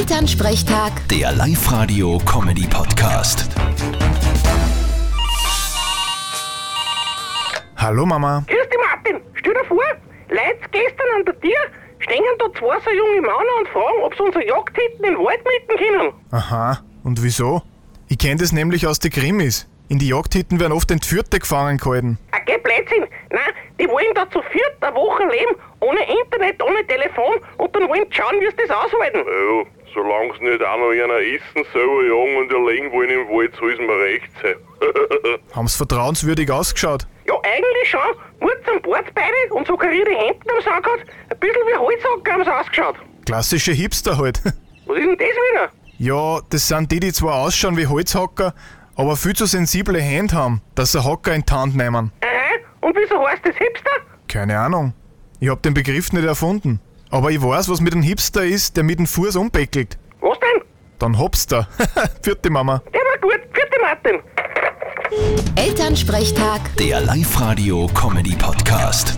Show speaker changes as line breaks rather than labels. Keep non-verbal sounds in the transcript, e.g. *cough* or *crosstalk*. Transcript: Elternsprechtag,
Der Live-Radio-Comedy-Podcast.
Hallo Mama.
Grüß dich, Martin. Stell dir vor, Leute gestern an der Tür stehen da zwei so junge Männer und fragen, ob sie unsere Jagd hätten in den Wald mieten können.
Aha, und wieso? Ich kenne das nämlich aus den Krimis. In die Jagdhütten werden oft Entführte gefangen gehalten.
Ah, geh Blödsinn. Nein, die wollen da zu viert eine Woche leben, ohne Internet, ohne Telefon und dann wollen sie schauen, wie sie das aushalten.
Ja, solange sie nicht auch noch einer essen, selber jagen und erlegen wollen im Wald, soll es mir recht *laughs* sein.
Haben's vertrauenswürdig ausgeschaut.
Ja, eigentlich schon. Kurz am Bord beide und so karierte Hemden am Sack hat. Ein bisschen wie Holzhacker haben sie ausgeschaut.
Klassische Hipster halt. *laughs*
Was ist denn das wieder?
ja, das sind die, die zwar ausschauen wie Holzhacker, aber viel zu sensible Hände haben, dass sie Hacker in die Hand nehmen.
Aha, und wieso heißt das Hipster?
Keine Ahnung. Ich hab den Begriff nicht erfunden. Aber ich weiß, was mit einem Hipster ist, der mit dem Fuß umbeckelt.
Was denn?
Dann Hopster. *laughs* Vierte Mama.
Der war gut. Vierte Martin.
Elternsprechtag.
Der Live-Radio-Comedy-Podcast.